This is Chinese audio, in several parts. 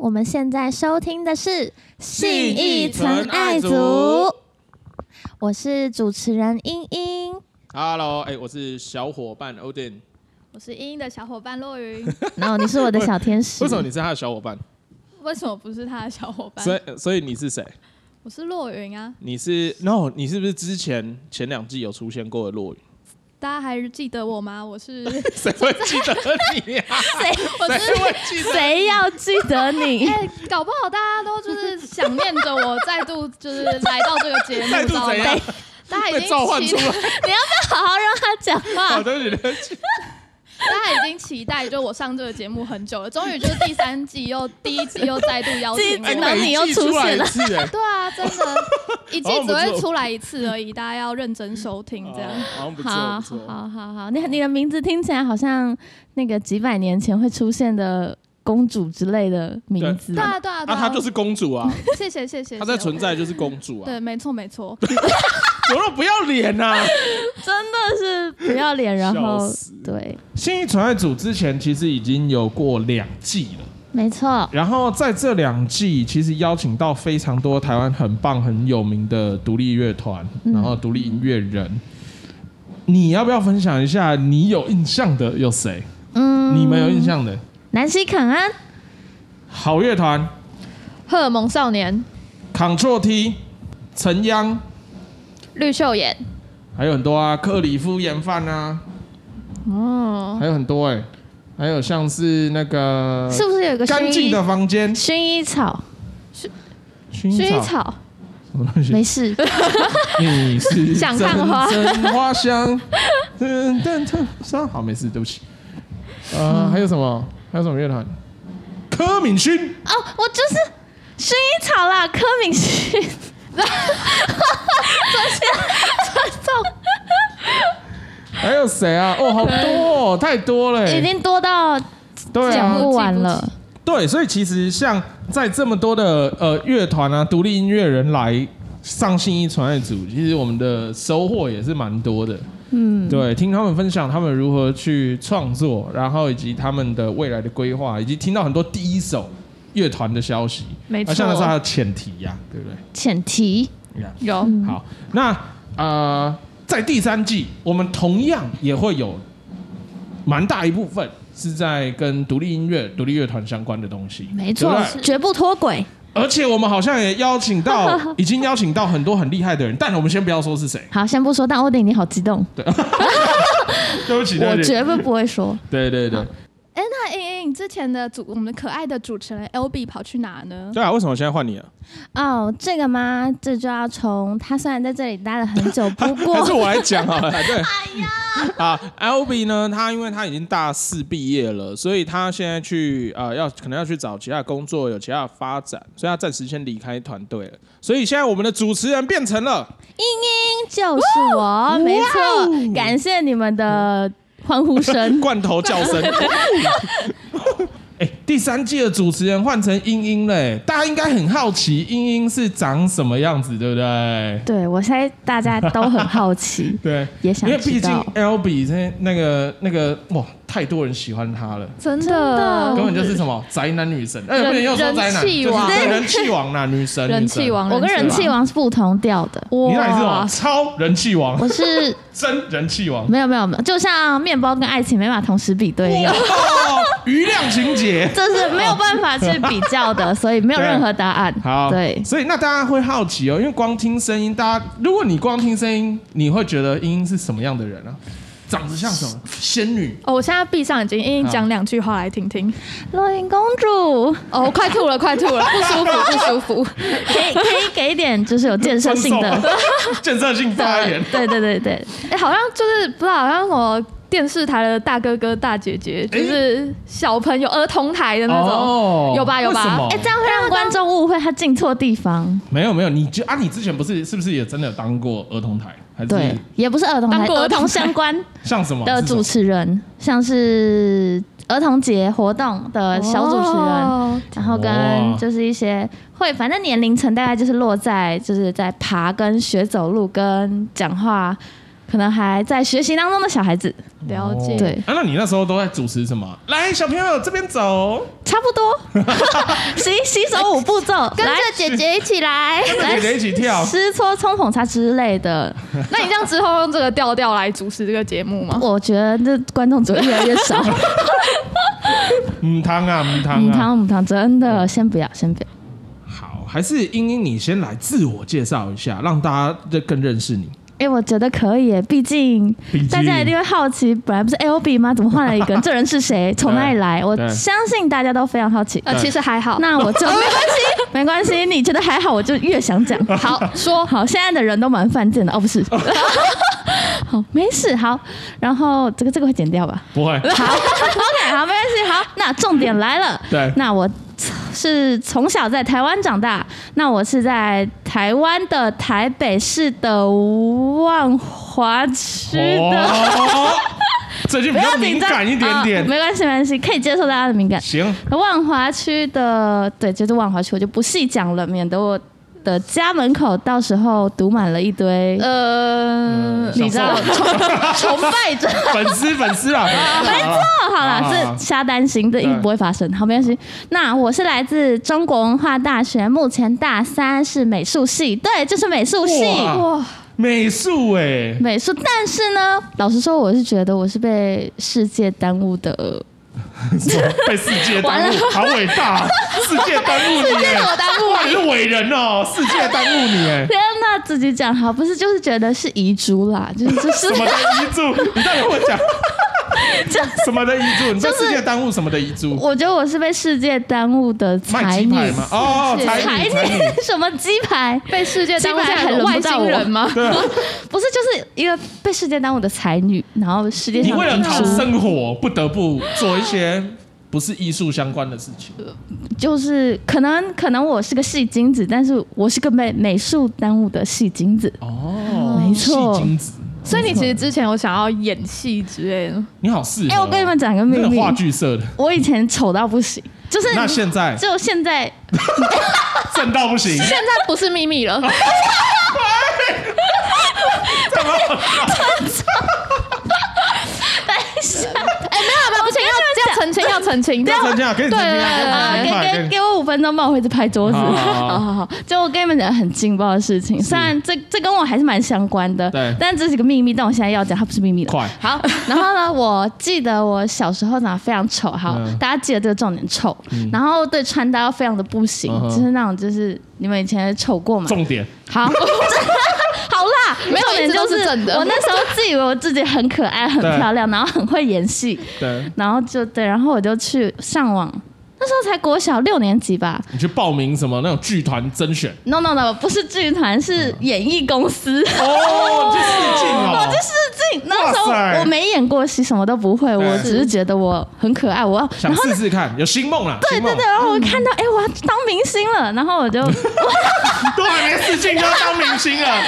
我们现在收听的是《信义存纯爱族我是主持人英英。 Hello，哎、我是小伙伴 Odin。我是英英的小伙伴洛 云，然后你是我的小天使， 为什么你是他的小伙伴？为什么不是他的小伙伴？所以，所以你是谁？我是洛云啊，你是 No？你是不是之前前两季有出现过的落雨？大家还记得我吗？我是谁会记得你啊？我谁是会记得？谁要记得 你？哎、搞不好大家都就是想念着我，再度就是来到这个节 目，态知度道怎样吗？？大家已被召唤经出哦期，来？好好让他讲好话。的， 对不起，大家已经期待就我上这个节目很久了，终于就是第三季又第一季又再度 邀请哎哎，然后我。你每一又季出出来现一了次哎，对啊，真的，一季好像哦不只会错出来一次而已，大家要认真收听 这样。哦好像不错，好不错。好好好，你你的名字听起来好像那个几百年前会出现的公主之类的名字对。啊，对啊，对啊，啊，她就是公主啊，谢谢谢谢，她在谢谢存在就是公主啊，对，没错没错。怎么那么不要脸啊？真的是不要脸，然笑后死！对，新一传爱组之前其实已经有过两季了。没错，然后在这两季，其实邀请到非常多台湾很棒、很有名的独立乐团，嗯然后独立音乐人。你要不要分享一下你有印象的有谁？嗯，你们有印？象的南希肯安，好乐团、荷尔蒙少年、 Control T、陈央，绿袖眼，还有很多啊，克里夫研饭啊，哦，还有很多哎、还有像是那个是不是有一个薰干净衣的房间、薰衣草？薰薰衣衣草，草，什么东西？没事，你是想看花阵阵花香， 嗯，但但上好没事，对不起。呃，嗯还有什么？还有什么乐团？柯敏勋，哦，我就是薰衣草啦，柯敏勋。还有谁啊？哦，好多、哦，太多了欸。已经多到对讲啊，不完了。对，所以其实像在这么多的呃乐团啊、独立音乐人来上信一传爱组，其实我们的收获也是蛮多的。嗯，对，听他们分享他们如何去创作，然后以及他们的未来的规划，以及听到很多第一手乐团的消息，没啊，像那是他的前提呀、对不对？前提有嗯好，那呃，在第三季，我们同样也会有蛮大一部分是在跟独立音乐、独立乐团相关的东西，没对错不对，绝不脱轨。而且我们好像也邀 请到，已经邀请到很多很厉害的人，但我们先不要说是谁，好，先不说，但欧弟你好激动，对不起，对我不起，绝对不哎会说。对对对，哎，那莹莹之前的主，我们可爱的主持人 L B 跑去哪呢？对啊，为什么现在换你了？哦，这个吗？这就要从他虽然在这里待了很久，不还是过哎我来讲好 了。对，啊，L B 呢，他因为他已经大四毕业了，所以他现在去呃要可能要去找其他工作，有其他的发展，所以他暂时先离开团队了。所以现在我们的主持人变成了就是我，没错。感谢你们的欢呼声， 罐头叫声。哎、第三季的主持人换成英英嘞，大家应该很好奇英英是长什么样子，对不对？，对我现在大家都很好奇对，也想因为毕知竟道。 L B 现在那个那个哇，太多人喜欢他了。真的根本就是什么宅男女神，哎，哦人不能又说宅男，人气王就是对人气王啦，女神，人气王，我跟人气，王是不同调的，女神，你哇哪里是王？超人气王，我是真人气王，哦没有没有没有，就像面包跟爱情没法同时比对一样，哇，余量情节。这是没有办法去比较 的，所以没有任何答案。好，对，所以那大家会好奇哦，因为光听声音，大家如果你光听声音，你会觉得英英是什么样的人啊？长得像什么仙女？哦，我现在闭上眼睛，莹莹好讲两句话来听听。洛云公主哦，我快吐了，快吐 了，不舒服，不舒服。可以可以给一点就是有建设性 的分手了啊建设性发言对， 对对对对，哦哎，好像就是不知道，好像什么电视台的大哥哥、大姐姐，就是小朋友儿童台的那种。哦有吧有吧为什么哎，这样会让观众误会他进错地方。没有没有，你就啊，你之前不是是不是也真的有当过儿童台？还对是，也不是儿童台，当过儿儿童童相关 像什么的是什主么持人，像是儿童节活动的小主持人。哦然后跟哇就是一些会，反正年龄层大概就是落在就是在爬跟学走路跟讲话可能还在学习当中的小孩子，了解。哦对啊，那你那时候都在主持什么？来，小朋友这边走，差不多。 洗洗手五步骤，跟来着姐姐一起来。跟着姐姐一起 跳。湿搓冲捧擦之类的，那你这样之后用这个调调来主持这个节目哦吗？我觉得这观众只会越来越 少。嗯，汤啊，嗯汤母啊。汤母汤，真的先不要，先不要。好，还是英英，你先来自我介绍一下，让大家更认识你。哎、我觉得可以耶，毕竟毕竟大家一定会好奇，本来不是 L B 吗？怎么换了一个？这人是谁？从哪里来？我对相信大家都非常好奇。呃，对其实还好。那我就没关 系，没关系，你觉得还好，我就越想讲。好，说好，现在的人都蛮犯贱的哦，不 是？好，没事，好。然后这个这个会剪掉吧？不会， 好，OK，好，没关系，好。那重点来了， 对，那我是从小在台湾长大，那我是在台湾的台北市的万华区 的。哦，最近不比较要敏紧张，感一点啊点。没关系，没关系，可以接受大家的敏感。行，万华区的，对，就是万华区，我就不细讲了，免得我的家门口到时候堵满了一堆，呃，你知道，小崇崇 拜者。粉丝粉丝啊啦，没哦，好啊啦，这瞎担心，这一对定不会发生。好，没关系。那我是来自中国文化大学，目前大三是美术系，对，就是美术系。哇哇，美术哎，美术，但是呢，老实说，我是觉得我是被世界耽误的。被世界完耽误，好伟大，世界耽误你哎，我耽哇，你是伟人哦，世界耽误你哎。天哪，自己讲好，不是就是觉得是遗珠啦，就是就是什么的遗嘱？你到底跟我讲什么的遗嘱？你被世界耽误什么的遗嘱？ 我觉得我是被世界耽误的卖才鸡女，排吗？哦，世界才才女，才女，女 什么鸡排？被世界当基本上下还的轮外不到星人吗？啊 不是，就是一个被世界耽误的才女，然后世界你上为的了遗讨珠，生活，不得不做一些不是艺术相关的事情。就是可能可能我是个戏精子，但是我是个被美术耽误的戏精子。哦，没错戏精子， 所以你其实之前有想要演戏之类的吗，你好适合。哦哎、我跟你们讲个秘那个密，话剧社的，我以前丑到不行，就是那现 在就现在正到不行，现在不是秘密 了。不行，要要澄清，要澄清。要成这样可以成这样，啊，可以给成这样可给以啊给我五分钟吧，我回去拍桌子。好好好好好好，就我跟你们讲很劲爆的事情，虽然这这跟我还是蛮相关的，对但这是个秘密，但我现在要讲，它不是秘密了。快好， 然后呢，我记得我小时候长得非常丑，好，嗯大家记得这个重点丑，然后对穿搭又非常的不行，嗯哼就是那种就是你们以前也丑过吗？重点好，好啦，没有重点一直就都是是正的我那时候自以为我自己很可爱、很对漂亮，然后很会演戏，对。然后就对，然后我就去上网，那时候才国小六年级吧。你去报名什么那种剧团甄选 No No No，不是剧团，是演艺公司。哦，你去试 镜我哦，就试镜，那时哇塞候我没演过戏，什么都不会，我只是觉得我很可爱，我要。想试试看，有新梦啦，对对对对，然后我看到，哎、我要当明星了，然后我就，我就都还没试镜就要当明星啊 了，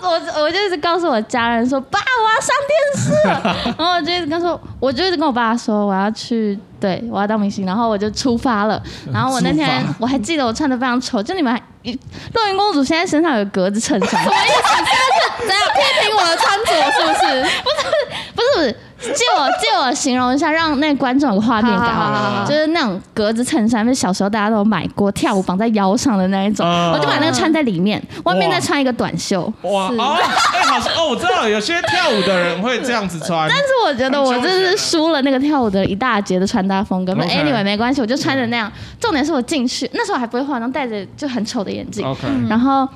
告诉我，我就一直告诉我家人说，爸，我要上电视 了。然后我就一直跟说，我就一直跟我爸说，我要去，对我要当明星。然后我就出发了。然后我那天出发我还记得我穿的非常丑，就你们还，洛云公主现在身上有格子衬衫， 怎样批评我的穿着是不是？不是不是，借我借我形容一下，让那观众有个画面感好好好好啊好，就是那种格子衬衫，就是小时候大家都有买过，跳舞绑在腰上的那一种，嗯我就把那个穿在里面，外面哇再穿一个短袖。哇是哦，哎、好像哦，我知道有些跳舞的人会这样子穿， 但是我觉得我就是输了那个跳舞的一大截的穿搭风格。啊 OK 嗯 anyway 没关系，我就穿着那样。重点是我进去那时候还不会化妆，戴着就很丑的眼镜， OK，然后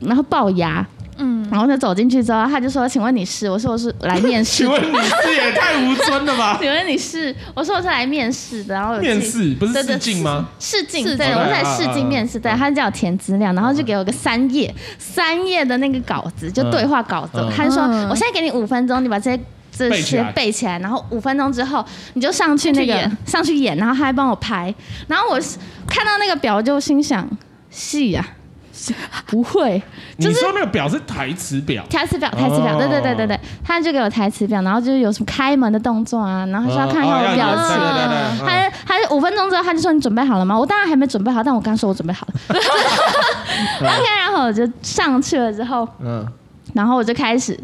然后龅牙，嗯，然后就走进去之后，他就说：“请问你是？”我说：“我是来面试 请的。问你是也太无尊了” 吧？请问你是？我说我是来面试的，然后有面记试不是对试对镜吗？试镜，试对，镜我在啊试啊啊镜面试，对，他就叫我填资料，然后就给我个三页，三页的那个稿子，就对话稿子嗯，他就说嗯我现在给你五分钟，你把这些。这背起些来背起来，然后五分钟之后你就上去那去个演上去演，然后他还帮我拍，然后我是看到那个表就心想戏啊呀、不会，就你是说那个表是台词表，台词表台词表，哦对对对对对，他就给我台词表，然后就是有什么开门的动作啊，然后他说要看看我的表哦情对对对对嗯他他五分钟之后他就说你准备好了吗？我当然还没准备好，但我刚说我准备好了。OK，然后我就上去了之后，嗯，然后我就开始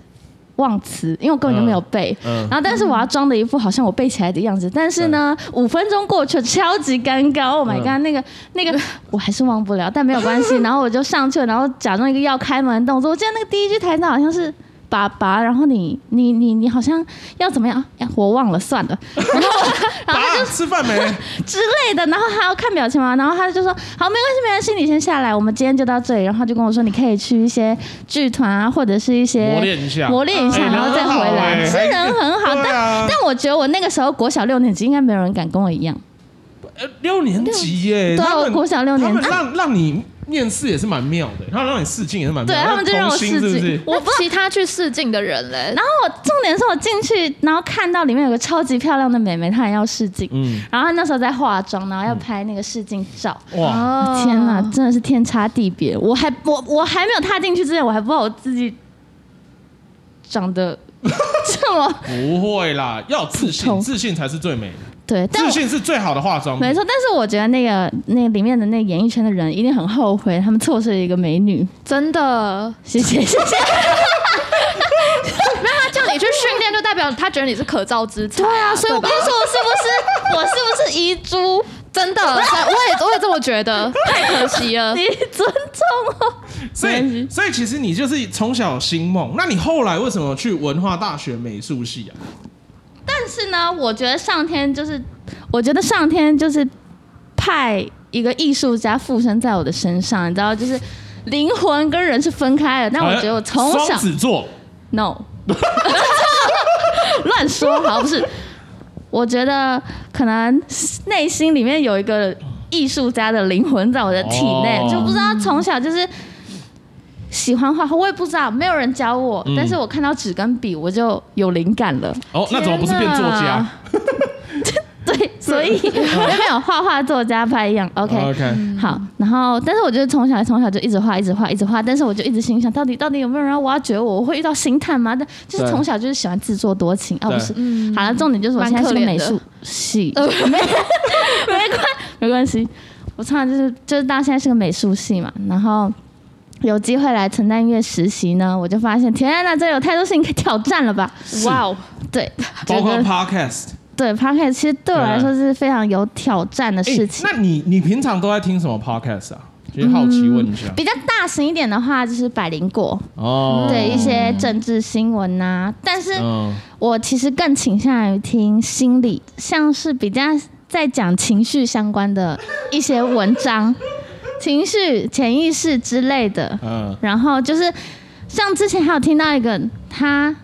忘词，因为我根本就没有背。嗯然后，但是我要装的一副好像我背起来的样子，但是呢，五分钟过去了，超级尴尬。Oh my 嗯 god，、那个那个我还是忘不了，但没有关系。然后我就上去了，然后假装一个要开门的动作。我记得那个第一句台词好像是。爸爸，然后你你你你好像要怎么样？啊哎我忘了，算了。然后然后他 就爸吃饭没？之类的，然后还要看表情嘛，然后他就说好，没关系，没关系，你先下来，我们今天就到这里。然后他就跟我说，你可以去一些剧团啊，或者是一些磨练一下磨练一下，哎然后再回来。人很好是哎人很好，对但、啊但我觉得我那个时候国小六年级，应该没有人敢跟我一样。呃六年级耶，对啊他们我国小六年级他们让让你面试也是蛮妙的，他们让你试镜也是蛮妙对的，他们就让我试同心是不镜是？我其他去试镜的人嘞，然后我重点是我进去，然后看到里面有个超级漂亮的美眉，她也要试镜，嗯，然后她那时候在化妆，然后要拍那个试镜照。哇，哦天哪，真的是天差地别！我还我我还没有踏进去之前，我还不知道我自己长得 这么不会啦，要有自普信，通自信才是最美的，对，但自我信是最好的化妆品。没错，但是我觉得那个那里面的那演艺圈的人一定很后悔，他们错失了一个美女。 真的，谢谢谢谢，没有他叫你去训练，就代表他觉得你是可造之材。对啊，所以我对吧跟你说，我是不是我是不是遗珠？真 的，我也我也这么觉得，太可惜 了。你尊重哦。所没关以系所以其实你就是从小有心梦，那你后来为什么去文化大学美术系啊？但是呢，我觉得上天就是，我觉得上天就是派一个艺术家附身在我的身上，你知道，就是灵魂跟人是分开的。但我觉得我从好像小双子座， no 乱说，好不是？我觉得可能内心里面有一个艺术家的灵魂在我的体内，哦就不知道从小就是。喜欢画画，我也不知道，没有人教我，嗯但是我看到纸跟笔，我就有灵感了。哦，那怎么不是变作家 对，所以没有画画作家拍一样。OK，、啊？OK，好。然后，但是我觉得从小从小就一直画，一直画，一直画。但是我就一直心想，到底到底有没有人要挖掘我？我会遇到星探吗？但就是对从小就是喜欢自作多情啊，对嗯不是。嗯好了，重点就是我蛮现在是可个怜美的术 系，没没关没关系。我从小就是就是到现在是个美术系嘛，然后。有机会来承担音乐实习呢，我就发现天呐，这有太多事情可以挑战了吧？哇哦，对，包括觉得 Podcast。对 p o d c a s t 其实对我来说是非常有挑战的嗯哎事情。那你你平常都在听什么 Podcast 啊？就是好奇问一下。比较大型一点的话，就是百灵果，哦，嗯对一些政治新闻呐、但是嗯，我其实更倾向于听心理，像是比较在讲情绪相关的一些文 章，情绪、潜意识之类的。嗯然后就是像之前还有听到一个，他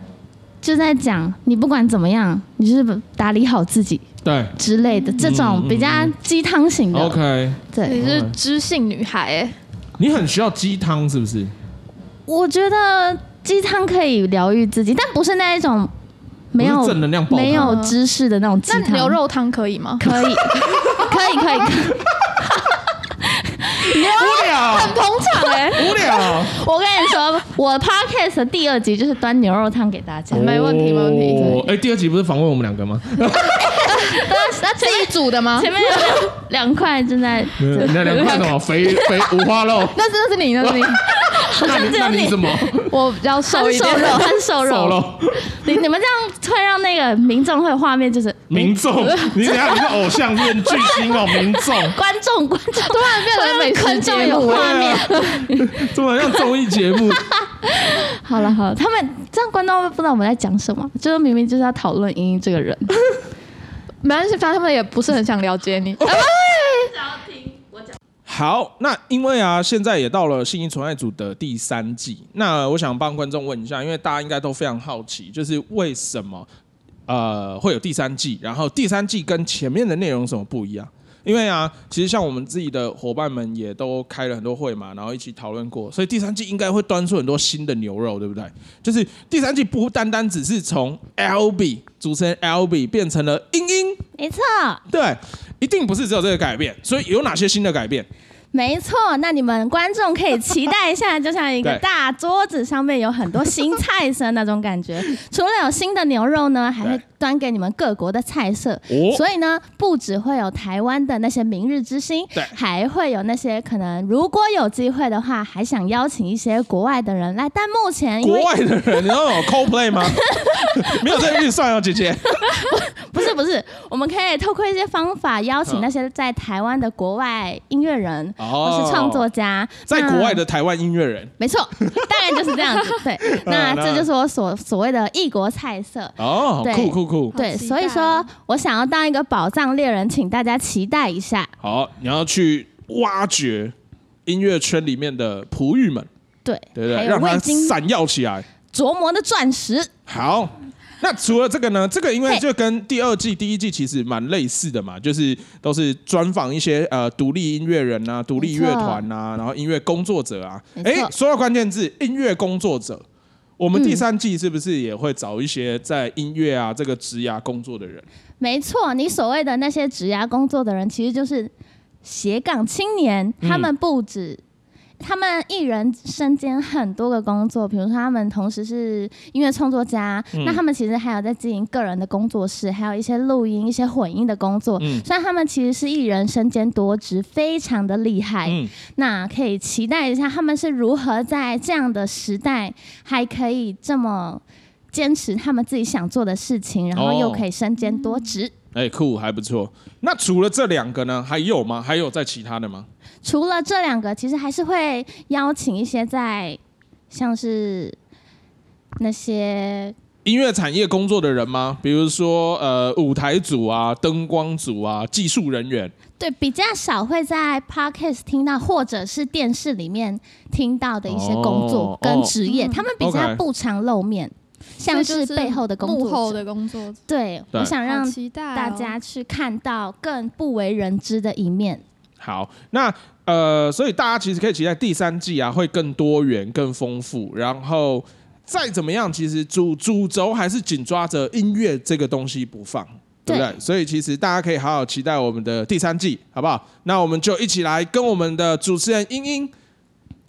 就在讲，你不管怎么样，你就是打理好自己对之类的，这种比较鸡汤型的。嗯，OK，对，你是知性女孩哎，你很需要鸡汤是不是？我觉得鸡汤可以疗愈自己，但不是那一种没不有是正能量爆没汤有知识的那种鸡那汤。牛肉汤可以吗？可 以，可以，可以。无聊，很捧场哎， 无聊，我跟你说，我 podcast 的第二集就是端牛肉汤给大家。没问题没问题哦哎，第二集不是访问我们两 个吗？那前自己煮的吗？前面有两块正 在，那两块什么肥肥五花肉 ？那是那是你，那是你，好那像你只那有 你什么？我比较瘦很一瘦点。肉，很瘦瘦肉。肉你你们这样会让那个民众会有画面，就是 民众，你等下你是偶像变巨星哦，民众。观众观众突然啊变成美食观节众有目，画啊面。 怎么像综艺节目？好了好了，他们这样观众会不知道我们在讲什么，就是明明就是要讨论英英这个人。 没关系，反正他们也不是很想了解 你。好，那因为啊，现在也到了《信义纯爱组》的第三季，那我想帮观众问一下，因为大家应该都非常好奇，就是为什么呃会有第三季，然后第三季跟前面的内容有什么不一样？因为啊，其实像我们自己的伙伴们也都开了很多会嘛，然后一起讨论过，所以第三季应该会端出很多新的牛肉，对不对？就是第三季不单单只是从 L B 主持人 L B 变成了英英，没错，对，一定不是只有这个改变，所以有哪些新的改变？没错。那你们观众可以期待一下，就像一个对大桌子上面有很多新菜色那种感觉。除了有新的牛肉呢，还会对端给你们各国的菜色。哦，所以呢，不只会有台湾的那些明日之星对，还会有那些可能，如果有机会的话，还想邀请一些国外的人来。但目前因国为外的人，你要 有 cosplay 吗？ 没有在预算哦，姐姐。不是不是，我们可以透过一些方法邀请嗯那些在台湾的国外音乐人哦或是创作，家，在国外那。的台湾音乐人。没错， 大概就是这样子。对，那那这就是我所所谓的异国菜色。哦，对酷酷酷！对，期所以待说哦我想要当一个宝藏猎人，请大家期待一下。好，你要去挖掘音乐圈里面的璞玉们，对，对不对？还有让它未经闪耀起来。琢磨的钻石。好，那除了这个呢？这个因为嘿就跟第二季、第一季其实蛮类似的嘛，就是都是专访一些呃独立音乐人啊、独立乐团啊，然后音乐工作者啊。没哎错，说到关键字，音乐工作者。我们第嗯三季是不是也会找一些在音乐啊这个职涯工作的人？没错，你所谓的那些职涯工作的人，其实就是斜杠青年，嗯他们不止。他们艺人身兼很多个工作，比如说他们同时是音乐创作家，那他们其实还有在经营个人的工作室，还有一些录音、一些混音的工作。嗯所以他们其实是艺人身兼多职，非常的厉害。嗯，那可以期待一下他们是如何在这样的时代还可以这么坚持他们自己想做的事情，然后又可以身兼多职。哎，酷，还不错。那除了这两个呢，还有吗？还有在其他的吗？除了这两个，其实还是会邀请一些在像是那些音乐产业工作的人吗？比如说呃，舞台组啊、灯光组啊、技术人员。对比较少会在 podcast 听到，或者是电视里面听到的一些工哦作跟职业，哦他们比较 OK 不常露面，像是背后的工作者幕后的工作者，对，对我想让好期待哦大家去看到更不为人知的一面。好，那呃，所以大家其实可以期待第三季啊，会更多元、更丰富，然后。再怎么样，其实主主轴还是紧抓着音乐这个东西不放，对不对？所以其实大家可以好好期待我们的第三季，好不好？那我们就一起来跟我们的主持人英英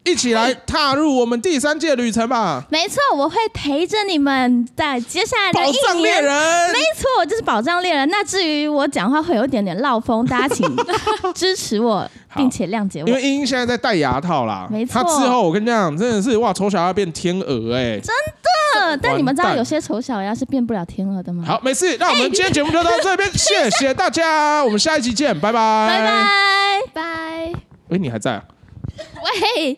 一起来踏入我们第三季的旅程吧！没错，我会陪着你们在接下来的宝一藏年猎。人，没错，我就是宝藏猎人。那至于我讲话会有一点点漏风，大家 请支持我，好并且谅解我因。为英英现在在戴牙套啦，没错她之后我跟你讲，真的是哇，丑小鸭变天鹅哎、呃但你们知道完蛋有些丑小鸭是变不了天鹅的吗？，好，没事，那我哎们今天节目就到 这边，谢谢大家，我们下一集见，拜拜，拜。拜。拜。哎，你还在、啊？喂，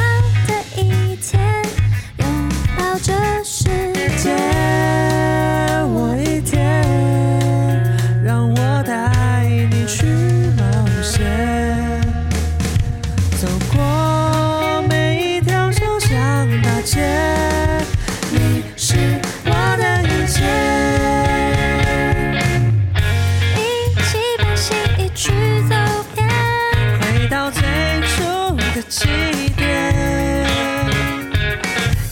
的一天，拥抱这世界。借我一天，让我带你去冒险，走过每一条小巷大街，你是我的一切。一起把心意去走遍，回到最初的起点，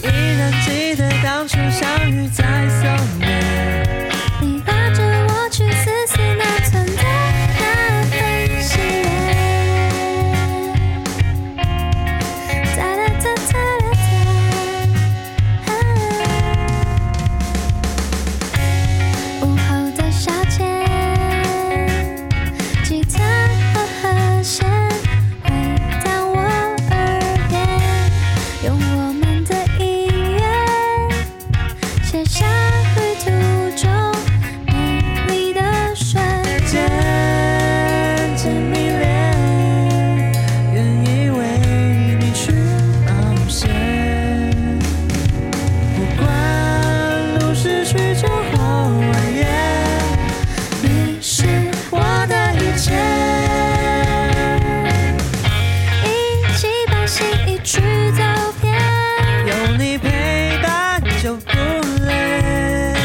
依然记得当初相遇在松烟。你拉着我去撕碎那存在那份喜悦。哒啦哒哒啦哒啊，午后的小街，吉他和和弦回荡我耳边，用我们的音乐。写下旅途中美丽的瞬渐间。渐迷恋，愿意为你去冒险。不管路是曲折或蜿蜒，你是我的一切。一起把心意去走遍，有你陪伴就不累。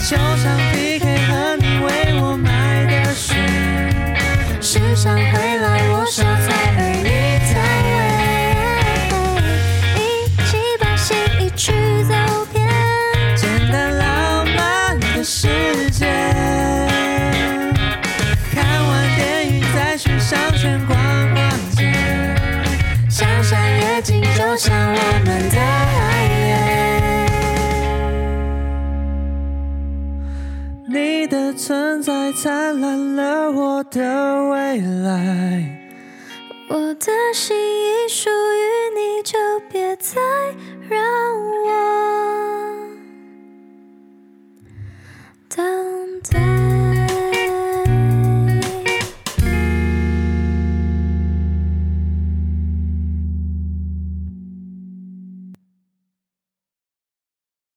就像 PK 和你为我买的水，时常回来我说菜，而你在喂。一起把心意去走遍，借圈逛逛街，想象夜景就像我们的爱恋。你的存在灿烂了我的未来。我的心已属于你，就别再让